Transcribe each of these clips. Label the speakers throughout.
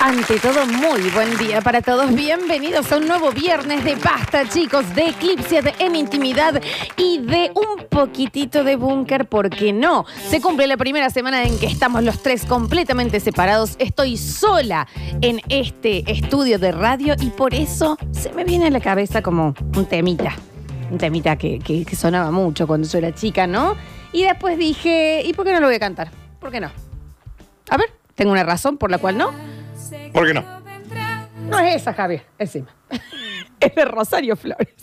Speaker 1: Ante todo, muy buen día para todos. Bienvenidos a un nuevo viernes de pasta, chicos, de eclipse, de en intimidad y de un poquitito de búnker, porque no. Se cumple la primera semana en que estamos los tres completamente separados. Estoy sola en este estudio de radio y por eso se me viene a la cabeza como un temita. Un temita que, que- que sonaba mucho cuando yo era chica, ¿no? Y después dije, ¿y por qué no lo voy a cantar? ¿Por qué no? A ver, tengo una razón por la cual no.
Speaker 2: ¿Por qué no?
Speaker 1: No es esa, Javier, encima. es de Rosario Flores.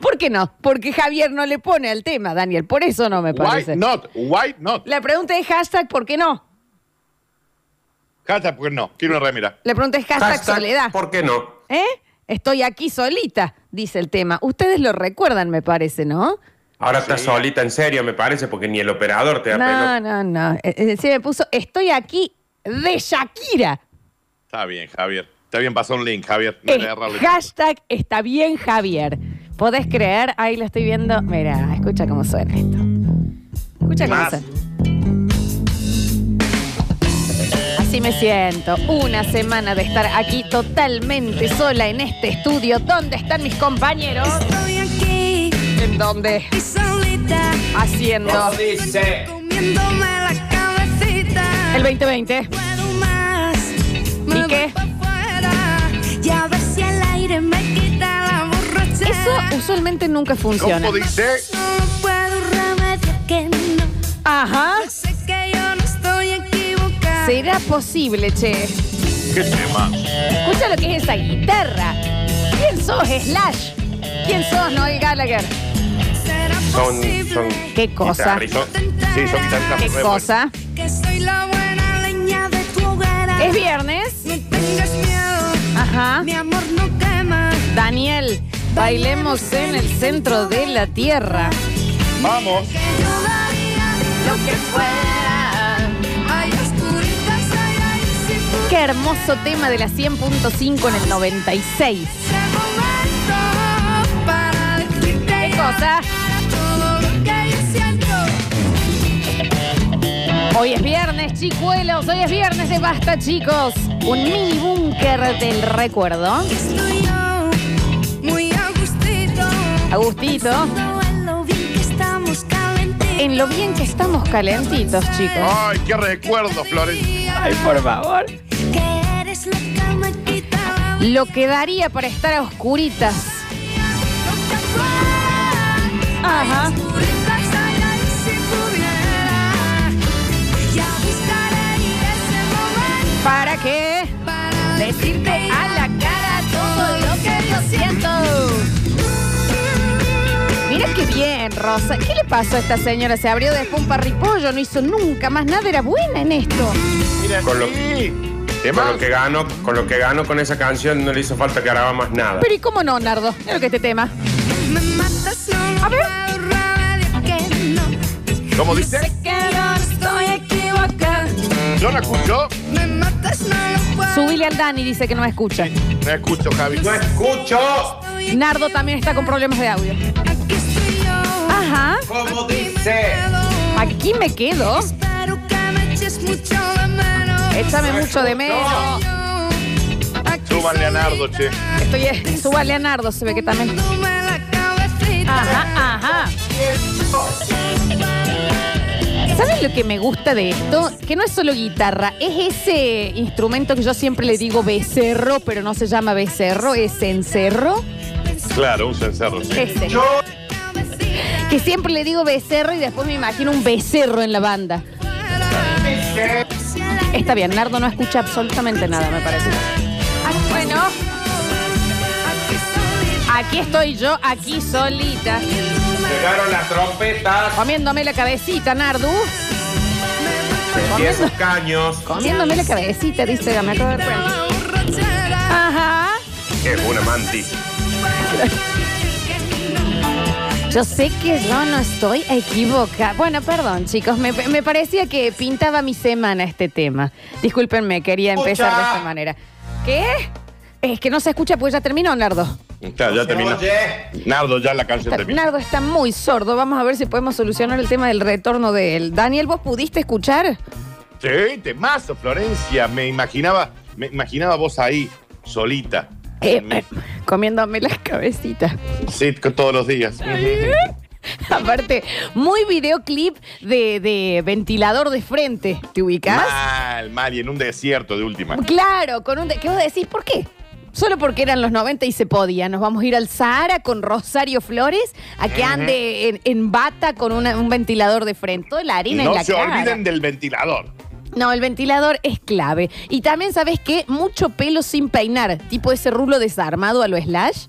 Speaker 1: ¿Por qué no? Porque Javier no le pone al tema, Daniel. Por eso no me
Speaker 2: Why
Speaker 1: parece.
Speaker 2: not? Why not?
Speaker 1: La pregunta es hashtag, ¿por qué no?
Speaker 2: Hashtag, ¿por qué no? Quiero una remera.
Speaker 1: La pregunta es hashtag, soledad.
Speaker 3: ¿Por qué no?
Speaker 1: ¿Eh? Estoy aquí solita, dice el tema. Ustedes lo recuerdan, me parece, ¿no?
Speaker 3: Ahora estás
Speaker 2: Sí.
Speaker 3: solita en serio, me parece, porque ni el operador te da
Speaker 1: No,
Speaker 3: pelo.
Speaker 1: no, no. Eh, eh, Se me puso, estoy aquí de Shakira.
Speaker 2: Está bien, Javier. Está bien, pasó un link, Javier. No
Speaker 1: Eh,
Speaker 2: le agarrarle.
Speaker 1: hashtag está bien Javier. ¿Podés creer? Ahí lo estoy viendo. Mira, escucha cómo suena esto. Escucha cómo
Speaker 2: Más.
Speaker 1: suena. Así me siento. Una semana de estar aquí totalmente sola en este estudio. ¿Dónde están mis compañeros?
Speaker 4: Estoy aquí
Speaker 1: ¿En dónde?
Speaker 4: y solita,
Speaker 1: Haciendo
Speaker 3: dice?
Speaker 4: comiéndome la cabecita.
Speaker 1: el 2020.
Speaker 4: Puedo más, me
Speaker 1: ¿Y
Speaker 4: voy
Speaker 1: qué?
Speaker 4: pa' afuera, y a ver si el aire me quita la borrachera.
Speaker 1: Eso usualmente nunca funciona.
Speaker 2: ¿Cómo dice?
Speaker 4: Solo puedo remediar que no.
Speaker 1: Ajá.
Speaker 4: Sé que yo no estoy equivocada.
Speaker 1: ¿Será posible, che?
Speaker 2: ¿Qué tema?
Speaker 1: Escucha lo que es esa guitarra. ¿Quién sos, Slash? ¿Quién sos, Noel Gallagher?
Speaker 4: Será
Speaker 3: Son-
Speaker 4: posible
Speaker 3: son-
Speaker 1: ¿Qué cosa?
Speaker 3: Guitarrista.
Speaker 2: Son- Sí, son guitarristas.
Speaker 1: ¿Qué
Speaker 2: re
Speaker 1: cosa?
Speaker 4: que soy la buena leña de tu hoguera.
Speaker 1: Es Ah. viernes.
Speaker 4: No tengas miedo,
Speaker 1: Ajá.
Speaker 4: mi amor no quema.
Speaker 1: Daniel, bailemos en el centro de la tierra.
Speaker 2: buenos. Vamos.
Speaker 4: Que yo daría
Speaker 1: Lo que fuera.
Speaker 4: Hay oscuritas allá y si
Speaker 1: Qué hermoso tema de la 100.5 en el 96.
Speaker 4: fuese momento para
Speaker 1: ¿Qué
Speaker 4: decirte
Speaker 1: cosa?
Speaker 4: ya todo lo que yo siento.
Speaker 1: Hoy es viernes, chicuelos. Hoy es viernes de basta, chicos. Un mini búnker del recuerdo.
Speaker 4: Estoy yo, muy a gustito.
Speaker 1: Agustito.
Speaker 4: Pensando En lo bien
Speaker 1: En lo bien
Speaker 4: que estamos calentitos.
Speaker 1: que estamos calentitos, chicos.
Speaker 2: Ay, qué recuerdo, Florencia.
Speaker 4: Ay,
Speaker 1: por favor.
Speaker 4: Que eres la que me quita la vida.
Speaker 1: Lo que daría para estar a oscuritas.
Speaker 4: Lo que fuera. Uh-huh.
Speaker 1: Ajá.
Speaker 4: Oscuritas allá y si pudiera. Ya buscaré ese momento.
Speaker 1: ¿Para qué?
Speaker 4: para
Speaker 1: Decirte a la cara todo lo que yo siento. Mira qué bien, Rosa. ¿Qué le pasó a esta señora? Se abrió después un parripollo, no hizo nunca más nada, era buena en esto.
Speaker 3: Con lo,
Speaker 2: Sí.
Speaker 3: con
Speaker 2: Tema.
Speaker 3: lo que gano, con lo que gano con esa canción no le hizo falta que grabara más nada.
Speaker 1: Pero ¿y cómo no, Nardo? Creo que este tema.
Speaker 4: me matas no
Speaker 1: A ver.
Speaker 4: puedo remediar que no
Speaker 2: ¿Cómo
Speaker 4: Yo sé
Speaker 2: dice?
Speaker 4: que yo estoy equivocada
Speaker 2: Yo no escucho.
Speaker 4: me matas no lo puedo
Speaker 1: Subile al Dani, dice que no escucha.
Speaker 2: No escucho, Javi.
Speaker 3: ¡No escucho!
Speaker 4: Estoy
Speaker 1: Nardo también está con problemas de audio.
Speaker 4: equivocada. aquí estoy yo
Speaker 1: Ajá.
Speaker 3: ¿Cómo
Speaker 4: Aquí me quedo.
Speaker 1: Aquí me quedo.
Speaker 4: espero que me eches mucho la mano
Speaker 1: Échame mucho de menos.
Speaker 2: Súbanle a Nardo, che.
Speaker 1: Estoy. Súbale a Nardo, se ve que también. Ajá, ajá. ¿Sabes lo que me gusta de esto? Que no es solo guitarra, es ese instrumento que yo siempre le digo becerro, pero no se llama becerro, es encerro.
Speaker 2: Claro, un cencerro, sí.
Speaker 1: Ese. Que siempre le digo becerro y después me imagino un becerro en la banda. Está bien, Nardo no escucha absolutamente nada, me parece. Ah, Bueno, aquí estoy yo, aquí solita,
Speaker 3: Llegaron las trompetas
Speaker 1: comiéndome la cabecita, Nardu.
Speaker 3: y esos caños.
Speaker 1: Comiéndome la cabecita, dice, me acabo de dar cuenta. Ajá.
Speaker 3: Es una mantis.
Speaker 1: Ah. Yo sé que yo no estoy equivocada. Bueno, perdón, chicos. Me, me parecía que pintaba mi semana este tema. Discúlpenme, quería empezar de
Speaker 3: Escucha.
Speaker 1: esta manera. ¿Qué? Es que no se escucha porque ya terminó, Nardo.
Speaker 2: Claro, ya terminó. Nardo, ya la canción terminó.
Speaker 1: Nardo está muy sordo. Vamos a ver si podemos solucionar el tema del retorno de él. Daniel, ¿vos pudiste escuchar?
Speaker 2: Sí, temazo, Florencia. Me imaginaba, me imaginaba vos ahí, solita.
Speaker 1: Eh, eh, comiéndome las cabecitas.
Speaker 2: Sí, todos los días.
Speaker 1: Aparte, muy videoclip de, de ventilador de frente. ¿Te ubicas?
Speaker 2: Mal, mal, y en un desierto de última.
Speaker 1: Claro, con un. de- ¿Qué vos decís? ¿Por qué? Solo porque eran los 90 y se podía. Nos vamos a ir al Sahara con Rosario Flores a que ande en, en bata con una- un ventilador de frente. Toda la harina en
Speaker 2: No
Speaker 1: la
Speaker 2: se
Speaker 1: cara.
Speaker 2: olviden del ventilador.
Speaker 1: No, el ventilador es clave. Y también, ¿sabes qué? Mucho pelo sin peinar. Tipo ese rulo desarmado a lo slash.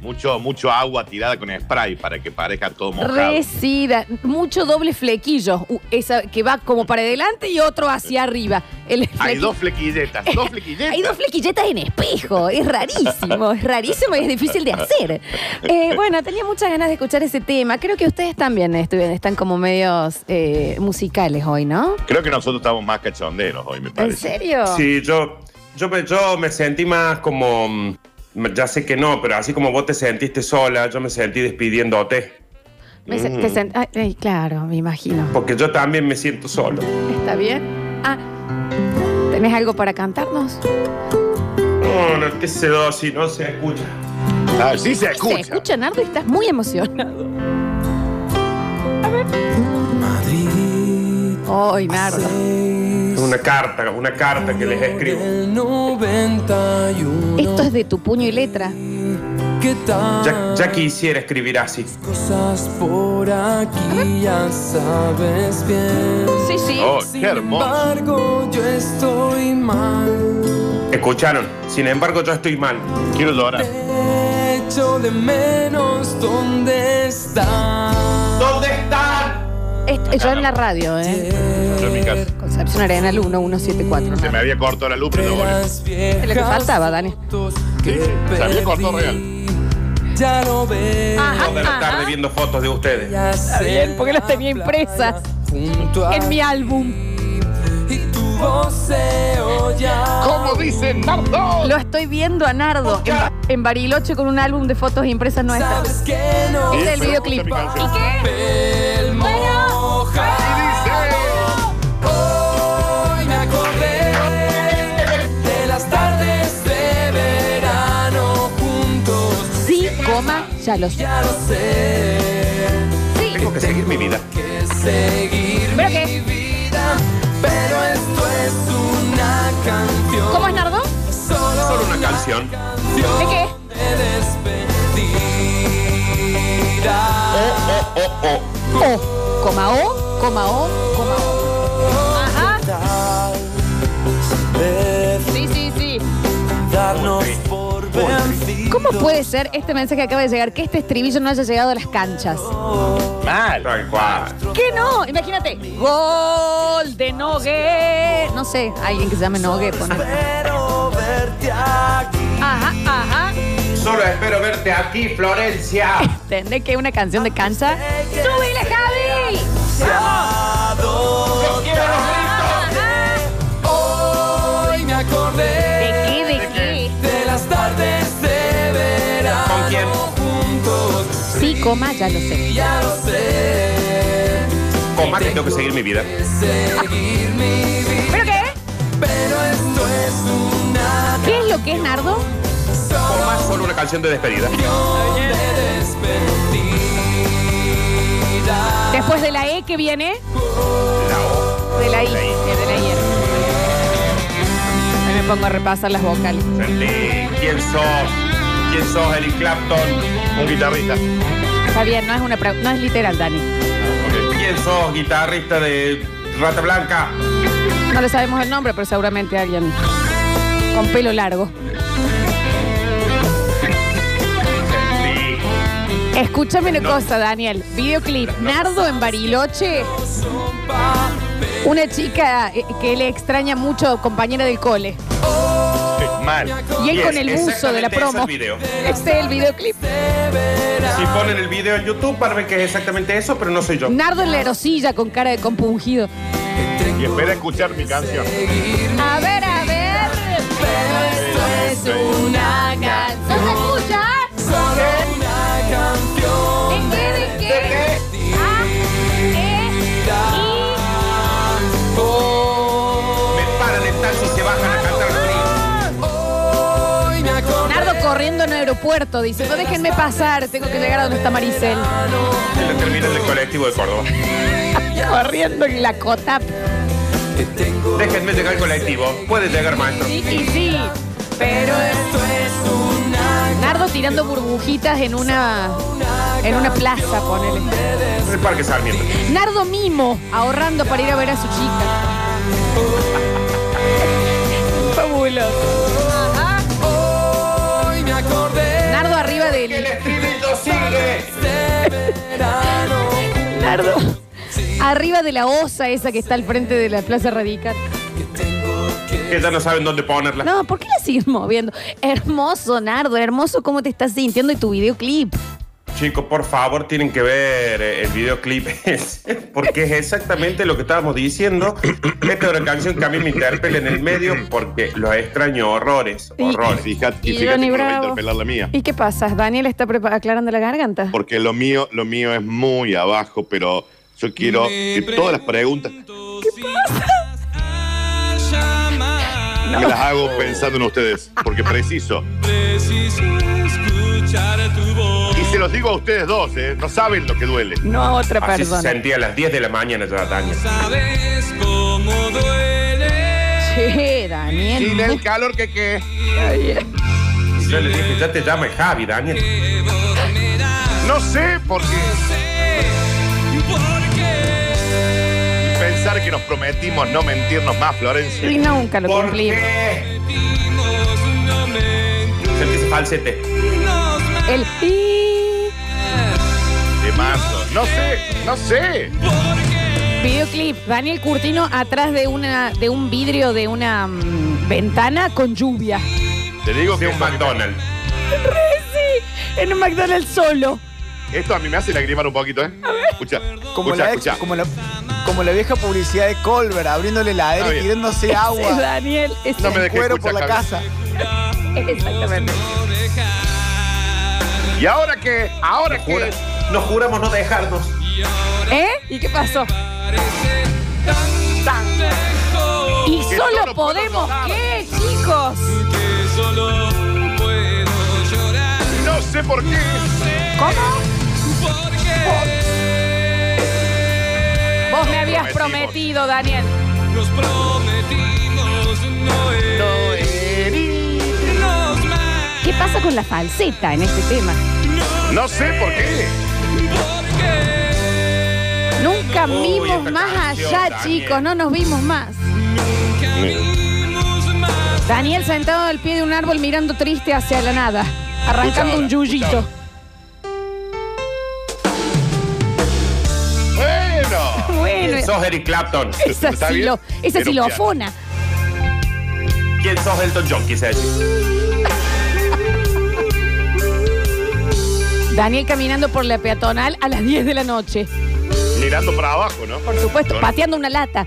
Speaker 2: Mucho, mucho agua tirada con spray para que parezca todo mojado.
Speaker 1: Resida. Mucho doble flequillo. U- esa que va como para adelante y otro hacia arriba. El
Speaker 2: Hay
Speaker 1: flequi-
Speaker 2: dos flequilletas, dos flequilletas.
Speaker 1: Hay dos flequilletas en espejo, es rarísimo, es rarísimo y es difícil de hacer. Eh, bueno, tenía muchas ganas de escuchar ese tema. Creo que ustedes también estuvieron, están como medios eh, musicales hoy, ¿no?
Speaker 2: Creo que nosotros estamos más cachonderos hoy, me
Speaker 1: ¿En
Speaker 2: parece.
Speaker 1: serio?
Speaker 3: Sí, yo, yo, me- yo me sentí más como. mm, Ya sé que no, pero así como vos te sentiste sola, yo me sentí despidiéndote.
Speaker 1: Me se-
Speaker 2: Mm.
Speaker 1: te sent- ay, ay, claro, me imagino.
Speaker 3: Porque yo también me siento solo.
Speaker 1: ¿Está bien? Ah, ¿tenés algo para cantarnos?
Speaker 3: No, no, que se do, si no se escucha.
Speaker 2: Ah, sí se
Speaker 1: Se
Speaker 2: escucha.
Speaker 1: escucha, Nardo, y estás muy emocionado.
Speaker 5: Madrid.
Speaker 1: Ay, Nardo.
Speaker 5: Es
Speaker 3: Es una carta, una carta que les escribo.
Speaker 5: del 91.
Speaker 1: Esto es de tu puño y letra.
Speaker 5: ¿Qué tal?
Speaker 3: Ya, ya quisiera escribir así.
Speaker 5: Cosas por aquí ya sabes bien.
Speaker 1: Sí, sí.
Speaker 2: Oh,
Speaker 5: Sin
Speaker 2: qué hermoso.
Speaker 5: embargo, yo estoy mal.
Speaker 3: Escucharon. Sin embargo, yo estoy mal.
Speaker 2: Quiero llorar.
Speaker 5: Te Echo de menos dónde estás.
Speaker 2: ¿Dónde están?
Speaker 1: Esto- yo en la radio, ¿eh?
Speaker 2: Yo en mi casa.
Speaker 1: Concepción Arenal 1174.
Speaker 2: Se me había cortado la luz, pero no volvió.
Speaker 5: Las viejas
Speaker 1: lo que faltaba, Dani.
Speaker 5: fotos
Speaker 2: Sí,
Speaker 5: que
Speaker 2: sí, se había cortado
Speaker 5: perdí. Ya lo ves.
Speaker 1: Ajá.
Speaker 3: Toda la tarde viendo fotos de ustedes.
Speaker 5: Ya sé
Speaker 1: bien, porque las tenía
Speaker 5: la
Speaker 1: impresas.
Speaker 5: playa junto a
Speaker 1: En mi álbum.
Speaker 5: ti, Y tu voz se oía.
Speaker 2: ¿Cómo dice Nardo?
Speaker 1: Lo estoy viendo a Nardo en, Ba- en Bariloche con un álbum de fotos impresas nuestras.
Speaker 5: Sabes que no
Speaker 1: Es el
Speaker 2: pero
Speaker 1: videoclip.
Speaker 2: me gusta mi
Speaker 1: ¿Y qué?
Speaker 5: papel mojado. Hoy me acordé de las tardes de verano juntos.
Speaker 1: Sí, coma, ya lo sé.
Speaker 5: Ya lo sé.
Speaker 1: Sí.
Speaker 3: Tengo que seguir mi vida.
Speaker 5: que seguir
Speaker 1: ¿Pero
Speaker 5: mi
Speaker 1: qué?
Speaker 5: vida, pero esto es una canción.
Speaker 1: ¿Cómo es Nardo?
Speaker 5: Solo,
Speaker 3: Solo una canción.
Speaker 5: canción
Speaker 1: ¿De qué?
Speaker 5: de despedida.
Speaker 3: Oh, oh, oh,
Speaker 1: O, coma O, coma O, coma O. Ajá. Sí, sí, sí.
Speaker 5: Darnos por vencidos.
Speaker 1: ¿Cómo puede ser este mensaje que acaba de llegar que este estribillo no haya llegado a las canchas?
Speaker 3: oh.
Speaker 2: Mal.
Speaker 3: Tal cual.
Speaker 1: ¿Qué no? Imagínate. Gol de Nogue. No sé, alguien que se llame Nogue. ponele.
Speaker 5: Espero verte aquí.
Speaker 1: Ajá, ajá.
Speaker 3: Solo espero verte aquí, Florencia.
Speaker 1: ¿Entendés que es una canción de cancha? ¡Súbile, Javi!
Speaker 5: Yo quiero Hoy me acordé.
Speaker 1: ¿De qué? ¿De qué?
Speaker 5: De las tardes de verano
Speaker 3: ¿Con quién?
Speaker 5: juntos,
Speaker 1: Sí, coma, ya lo sé.
Speaker 5: ya lo sé.
Speaker 3: Coma que tengo que seguir mi vida.
Speaker 5: que Seguir mi vida,
Speaker 1: ¿Pero qué?
Speaker 5: pero esto es una
Speaker 1: ¿Qué es lo que es Nardo?
Speaker 3: Coma solo una canción de despedida.
Speaker 5: canción de despedida.
Speaker 1: Después de la E que viene.
Speaker 3: La O.
Speaker 1: De la I. eh, De la I. Ahí me pongo a repasar las vocales.
Speaker 3: Sentí. ¿Quién sos? ¿Quién sos, Eric Clapton?
Speaker 2: Un guitarrista.
Speaker 1: Está bien, no es, una, pregu- no es literal, Dani.
Speaker 2: Ok.
Speaker 3: ¿Quién sos, guitarrista de Rata Blanca?
Speaker 1: No le sabemos el nombre, pero seguramente alguien con pelo largo.
Speaker 3: Sí.
Speaker 1: Escúchame una cosa, Daniel. Videoclip. Nardo en Bariloche.
Speaker 5: Son pa-
Speaker 1: Una chica eh, que le extraña mucho, compañera del cole.
Speaker 2: Sí, Mal.
Speaker 1: Y él
Speaker 3: Y
Speaker 1: con
Speaker 3: es
Speaker 1: el buzo de la
Speaker 3: exactamente ese
Speaker 1: promo.
Speaker 3: el video.
Speaker 1: Este es el videoclip.
Speaker 3: Si ponen el video en YouTube para ver que es exactamente eso, pero no soy yo.
Speaker 1: Nardo en la erosilla con cara de compungido.
Speaker 2: Y espera escuchar mi canción.
Speaker 1: A ver, a ver. Pero esto es una canción. ¿No se escucha?
Speaker 5: Solo una canción
Speaker 1: ¿De qué? ¿De qué? A, E, I.
Speaker 5: Hoy
Speaker 1: yendo al aeropuerto, dice, no déjenme pasar, tengo que llegar a donde está Maricel.
Speaker 3: Se lo termina en el colectivo de Córdoba.
Speaker 1: Corriendo en la cota.
Speaker 5: que tengo.
Speaker 3: Déjenme llegar al colectivo. Puede llegar, maestro.
Speaker 1: Sí, y sí. Pero
Speaker 5: Esto es una
Speaker 1: Nardo tirando burbujitas en una en una plaza, ponele.
Speaker 3: En el Parque Sarmiento.
Speaker 1: Nardo Mimo, ahorrando para ir a ver a su chica. Fabuloso.
Speaker 5: hoy me acordé
Speaker 1: Nardo arriba del.
Speaker 3: estribillo sigue.
Speaker 5: de verano.
Speaker 1: Nardo. Arriba de la osa esa que está al frente de la Plaza Radical.
Speaker 5: Que tengo que.
Speaker 3: Que ya no saben dónde ponerla.
Speaker 1: No, ¿por qué la sigues moviendo? Hermoso, Nardo, hermoso cómo te estás sintiendo y tu videoclip.
Speaker 3: Chicos, por favor, tienen que ver eh, el videoclip ese, porque es exactamente lo que estábamos diciendo. Esta es una canción que a mí me interpela en el medio porque lo extraño horrores,
Speaker 1: Sí.
Speaker 2: Y
Speaker 3: horrores.
Speaker 2: fíjate, y
Speaker 1: Y
Speaker 2: fíjate
Speaker 1: Johnny
Speaker 2: cómo va a
Speaker 1: Bravo.
Speaker 2: interpelar la mía.
Speaker 1: ¿Y qué pasa? ¿Daniel está prepa- aclarando la garganta?
Speaker 2: Porque lo mío, lo mío es muy abajo, pero yo quiero que todas las preguntas me las hago pensando en ustedes. Porque preciso.
Speaker 6: Preciso escuchar tu voz.
Speaker 2: Y se los digo a ustedes dos, ¿eh? No saben lo que duele.
Speaker 1: No a otra
Speaker 3: Así se
Speaker 1: persona.
Speaker 3: sentía a las 10 de la mañana ya, Daniel.
Speaker 6: Sabes cómo duele.
Speaker 1: Che, Daniel.
Speaker 2: Sin el calor que que.
Speaker 3: Y yo le dije, ya te llama el Javi, Daniel.
Speaker 6: que vos me das.
Speaker 2: No sé por qué
Speaker 6: sé por qué
Speaker 2: pensar que nos prometimos no mentirnos más, Florencia.
Speaker 1: Y nunca lo
Speaker 3: ¿Por
Speaker 1: cumplimos.
Speaker 3: qué?
Speaker 6: repetimos no
Speaker 3: Sentís falsete.
Speaker 6: mentirnos más.
Speaker 1: El pi-
Speaker 2: De marzo. No sé, no sé.
Speaker 6: Porque
Speaker 1: videoclip. Daniel Curtino atrás de una de un vidrio de una mm, ventana con lluvia.
Speaker 2: Te digo que
Speaker 3: De un McDonald's.
Speaker 1: En un McDonald's solo.
Speaker 2: Esto a mí me hace lagrimar un poquito, ¿eh? Escucha,
Speaker 7: Como,
Speaker 2: escucha,
Speaker 7: la ex-
Speaker 2: escucha.
Speaker 7: como, la, como la vieja publicidad de Colbert, abriéndole
Speaker 2: Está
Speaker 7: la heladera y
Speaker 2: bien.
Speaker 7: tirándose
Speaker 1: Ese es
Speaker 7: agua
Speaker 1: Daniel. ese
Speaker 2: No
Speaker 1: es
Speaker 2: me
Speaker 7: en
Speaker 2: dejes
Speaker 7: cuero
Speaker 2: escuchar,
Speaker 7: por la
Speaker 2: Javi.
Speaker 7: casa.
Speaker 1: Exactamente.
Speaker 6: no dejar.
Speaker 2: ¿Y ahora qué? ¿Ahora qué?
Speaker 3: Jura- nos juramos no dejarnos.
Speaker 6: Y ahora
Speaker 1: ¿Eh? ¿Y qué pasó?
Speaker 6: parece tan, tan lejos.
Speaker 1: Y
Speaker 2: Que
Speaker 1: solo
Speaker 2: solo puedo
Speaker 1: podemos
Speaker 2: llorar.
Speaker 1: qué, chicos.
Speaker 6: que solo puedo llorar.
Speaker 2: No sé por qué.
Speaker 1: ¿Cómo?
Speaker 6: Porque
Speaker 1: Vos me habías
Speaker 2: Prometimos.
Speaker 1: prometido, Daniel.
Speaker 6: nos prometimos no irnos más.
Speaker 1: ¿Qué pasa con la falseta en este tema?
Speaker 2: No sé por qué.
Speaker 6: Porque
Speaker 1: Nunca
Speaker 3: Uy,
Speaker 1: vimos
Speaker 3: esta
Speaker 1: más
Speaker 3: canción,
Speaker 1: allá,
Speaker 3: Daniel.
Speaker 1: chicos. No nos vimos más.
Speaker 6: nunca vimos más.
Speaker 1: Daniel sentado al pie de un árbol mirando triste hacia la nada, arrancando un
Speaker 2: Escucha ahora, escucha
Speaker 1: yuyito.
Speaker 2: ahora. Bueno.
Speaker 1: Bueno,
Speaker 3: ¿Quién sos Eric Clapton?
Speaker 1: esa
Speaker 2: ¿Está bien?
Speaker 1: silo, esa
Speaker 2: Pero
Speaker 1: silofona.
Speaker 3: ¿Quién sos Elton John? Quise decir.
Speaker 1: Daniel caminando por la peatonal a las 10 de la noche.
Speaker 2: Mirando para abajo, ¿no?
Speaker 1: Por supuesto, pateando una lata.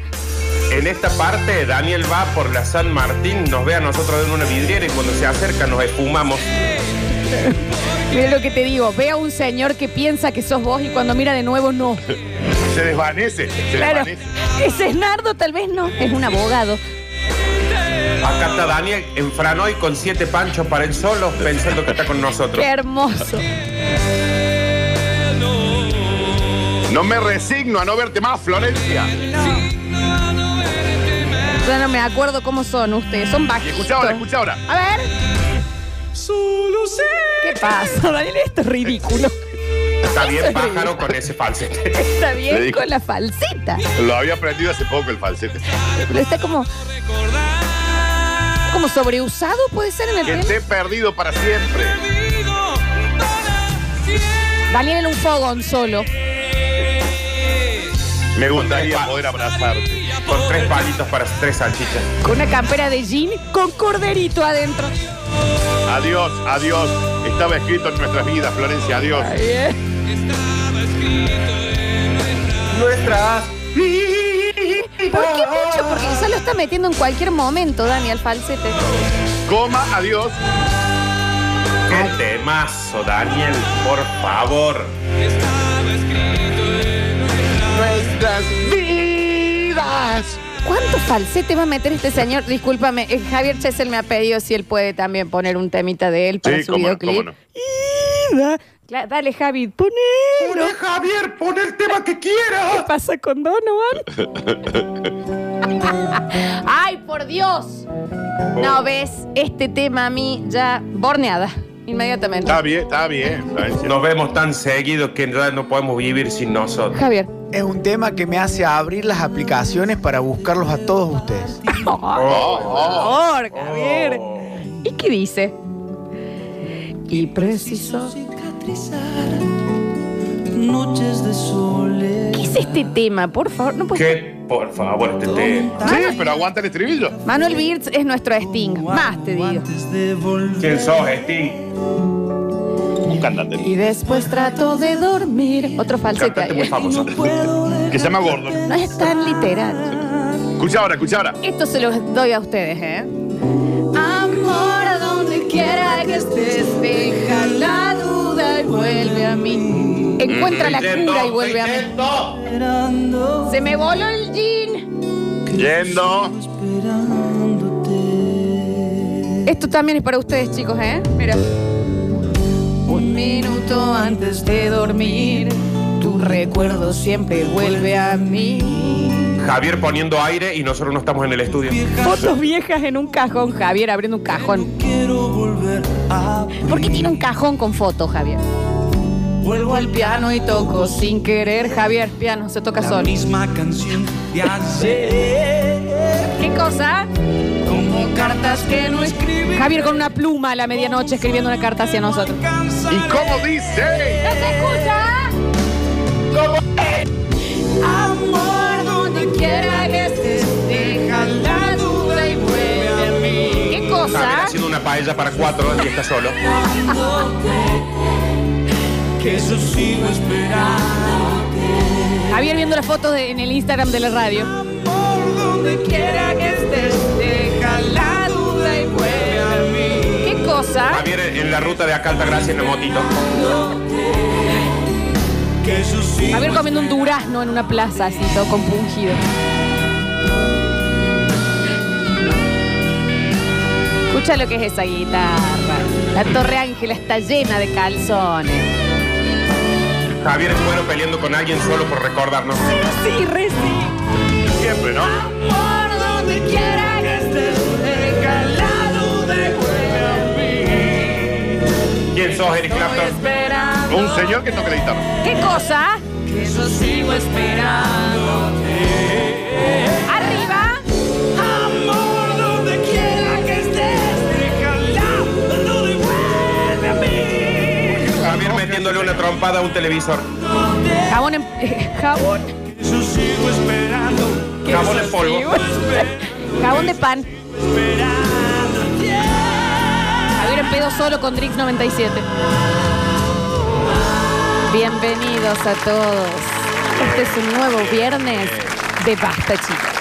Speaker 3: En esta parte, Daniel va por la San Martín, nos ve a nosotros en una vidriera y cuando se acerca nos espumamos.
Speaker 1: Mira lo que te digo, ve a un señor que piensa que sos vos y cuando mira de nuevo no.
Speaker 2: Se desvanece. Se
Speaker 1: Claro.
Speaker 2: desvanece.
Speaker 1: Ese es Nardo, tal vez no. Es un abogado.
Speaker 3: Acá está Daniel en Franoy con siete panchos para él solo, pensando que está con nosotros.
Speaker 1: Qué hermoso.
Speaker 2: No me resigno a no verte más, Florencia.
Speaker 1: Yo no me acuerdo cómo son ustedes. Son
Speaker 2: Y
Speaker 1: bajitos.
Speaker 2: escucha ahora, escucha ahora.
Speaker 1: A ver.
Speaker 6: Solo sé.
Speaker 1: ¿Qué pasa, Daniel? Esto es ridículo.
Speaker 3: Está
Speaker 1: Eso
Speaker 3: bien
Speaker 1: es
Speaker 3: pájaro
Speaker 1: ridículo.
Speaker 3: con ese falsete.
Speaker 1: Está
Speaker 2: Le
Speaker 1: bien
Speaker 2: dijo.
Speaker 1: con la falsita.
Speaker 2: Lo había aprendido hace poco el falsete.
Speaker 1: Pero está como,
Speaker 6: Recordar.
Speaker 1: como sobreusado, puede ser en el
Speaker 2: Que
Speaker 1: tema.
Speaker 2: esté perdido para siempre.
Speaker 6: Perdido para siempre.
Speaker 1: Daniel en un fogón solo.
Speaker 2: Me gustaría poder abrazarte.
Speaker 3: Con tres palitos para tres salchichas.
Speaker 1: Con una campera de jean con corderito adentro.
Speaker 2: Adiós, adiós. Estaba escrito en nuestras vidas, Florencia, adiós.
Speaker 1: Está
Speaker 6: eh.
Speaker 1: bien.
Speaker 6: Estaba escrito en nuestra
Speaker 3: Nuestras.
Speaker 1: ¿Por qué mucho? Porque ya lo está metiendo en cualquier momento, Daniel falsete.
Speaker 2: Coma, adiós.
Speaker 3: Qué temazo, Daniel, por favor.
Speaker 6: estaba escrito en nuestra
Speaker 2: Nuestras vidas.
Speaker 1: ¿Cuánto falsete va a meter este señor? Discúlpame, eh, Javier Chesel me ha pedido si él puede también poner un temita de él para
Speaker 2: Sí,
Speaker 1: su
Speaker 2: cómo no,
Speaker 1: videoclip.
Speaker 2: cómo no.
Speaker 1: Y da- Cla- Dale, Javi, ponelo.
Speaker 3: Pone Javier, pon el tema que quieras.
Speaker 1: pasa con Donovan? ¡Ay, por Dios! No, ves, este tema a mí ya borneada, inmediatamente.
Speaker 2: Está bien, está bien, Florencia.
Speaker 3: Nos vemos tan seguido que ya no podemos vivir sin nosotros.
Speaker 1: Javier.
Speaker 7: Es un tema que me hace abrir las aplicaciones para buscarlos a todos ustedes.
Speaker 1: Por favor, Javier.
Speaker 3: Oh.
Speaker 1: ¿Y qué dice? Y preciso.
Speaker 5: Cicatrizar noches de soledad.
Speaker 1: ¿Qué es este tema? Por favor, no
Speaker 3: pues-
Speaker 1: puede ser.
Speaker 3: Que, por favor, este tema.
Speaker 2: Sí, pero aguanta el estribillo.
Speaker 1: Manuel Birds es nuestro Sting. Más te digo.
Speaker 5: Antes de volver.
Speaker 3: ¿Quién sos, Sting?
Speaker 2: Un cantante
Speaker 1: Y después trato de dormir. Otro falsete
Speaker 3: Cantante muy
Speaker 1: ahí. ¿eh?
Speaker 3: famoso.
Speaker 2: que se llama Gordo.
Speaker 1: No es tan literal.
Speaker 2: Escucha ahora, escucha ahora.
Speaker 1: Esto se los doy a ustedes, ¿eh? Amor, a donde quiera que estés, deja la duda y vuelve a mí. Encuentra la
Speaker 3: Estoy
Speaker 1: cura y
Speaker 3: yendo,
Speaker 1: vuelve a
Speaker 3: estoy
Speaker 1: mí.
Speaker 3: yendo.
Speaker 5: Esperando,
Speaker 1: Se me voló el jean.
Speaker 2: Yendo.
Speaker 5: esperándote.
Speaker 1: Esto también es para ustedes, chicos, ¿eh? Mira.
Speaker 5: Un minuto antes de dormir, tu recuerdo siempre vuelve a mí.
Speaker 3: Javier poniendo aire y nosotros no estamos en el estudio.
Speaker 1: Fotos viejas en un cajón, Javier, abriendo un cajón.
Speaker 5: Quiero volver a.
Speaker 1: ¿Por qué tiene un cajón con fotos, Javier?
Speaker 5: Vuelvo al piano y toco
Speaker 1: Sin querer, Javier, piano, se toca
Speaker 5: la
Speaker 1: solo.
Speaker 5: misma canción de ayer.
Speaker 1: ¿Qué cosa?
Speaker 5: Como cartas que no escribí.
Speaker 1: Javier con una pluma a la medianoche escribiendo una carta hacia nosotros.
Speaker 2: ¿Y cómo dice?
Speaker 1: ¿No se escucha?
Speaker 5: Amor, donde quiera que estés, deja la duda y vuelve a mí.
Speaker 1: ¿Qué
Speaker 3: Javier
Speaker 1: cosa?
Speaker 3: haciendo una paella para cuatro y está solo.
Speaker 5: Que yo sigo esperándote.
Speaker 1: Javier viendo las fotos de- en el Instagram de la radio.
Speaker 5: Amor, donde quiera que estés, deja la duda y vuelve a mí.
Speaker 1: ¿Qué cosa?
Speaker 3: Javier en la ruta de acá a Altagracia en el motito.
Speaker 5: Que yo sigo
Speaker 1: Javier comiendo un durazno en una plaza, así todo compungido. Escucha lo que es esa guitarra. La Torre Ángela está llena de calzones.
Speaker 3: Javier es bueno peleando con alguien solo por recordarnos.
Speaker 1: Sí, re
Speaker 2: Siempre, ¿no?
Speaker 5: Amor, donde quiera que estés, deja la duda y vuelve a mí.
Speaker 3: ¿Quién sos, Eric Clapton?
Speaker 5: Esperando
Speaker 2: Un señor que toca la guitarra.
Speaker 1: ¿Qué cosa?
Speaker 5: que yo sigo esperándote.
Speaker 1: Arriba.
Speaker 5: Amor, donde quiera que estés, deja la duda y vuelve a mí.
Speaker 3: Javier metiéndole una trompada a un televisor.
Speaker 1: Jabón en. eh, jabón.
Speaker 5: Que yo sigo esperando, que
Speaker 3: Jabón en
Speaker 5: yo
Speaker 3: polvo.
Speaker 5: sigo esper-
Speaker 1: Jabón de pan.
Speaker 5: esperándote.
Speaker 1: Javier en pedo solo con Drix 97. Bienvenidos a todos. Este es un nuevo viernes de Basta, chicos.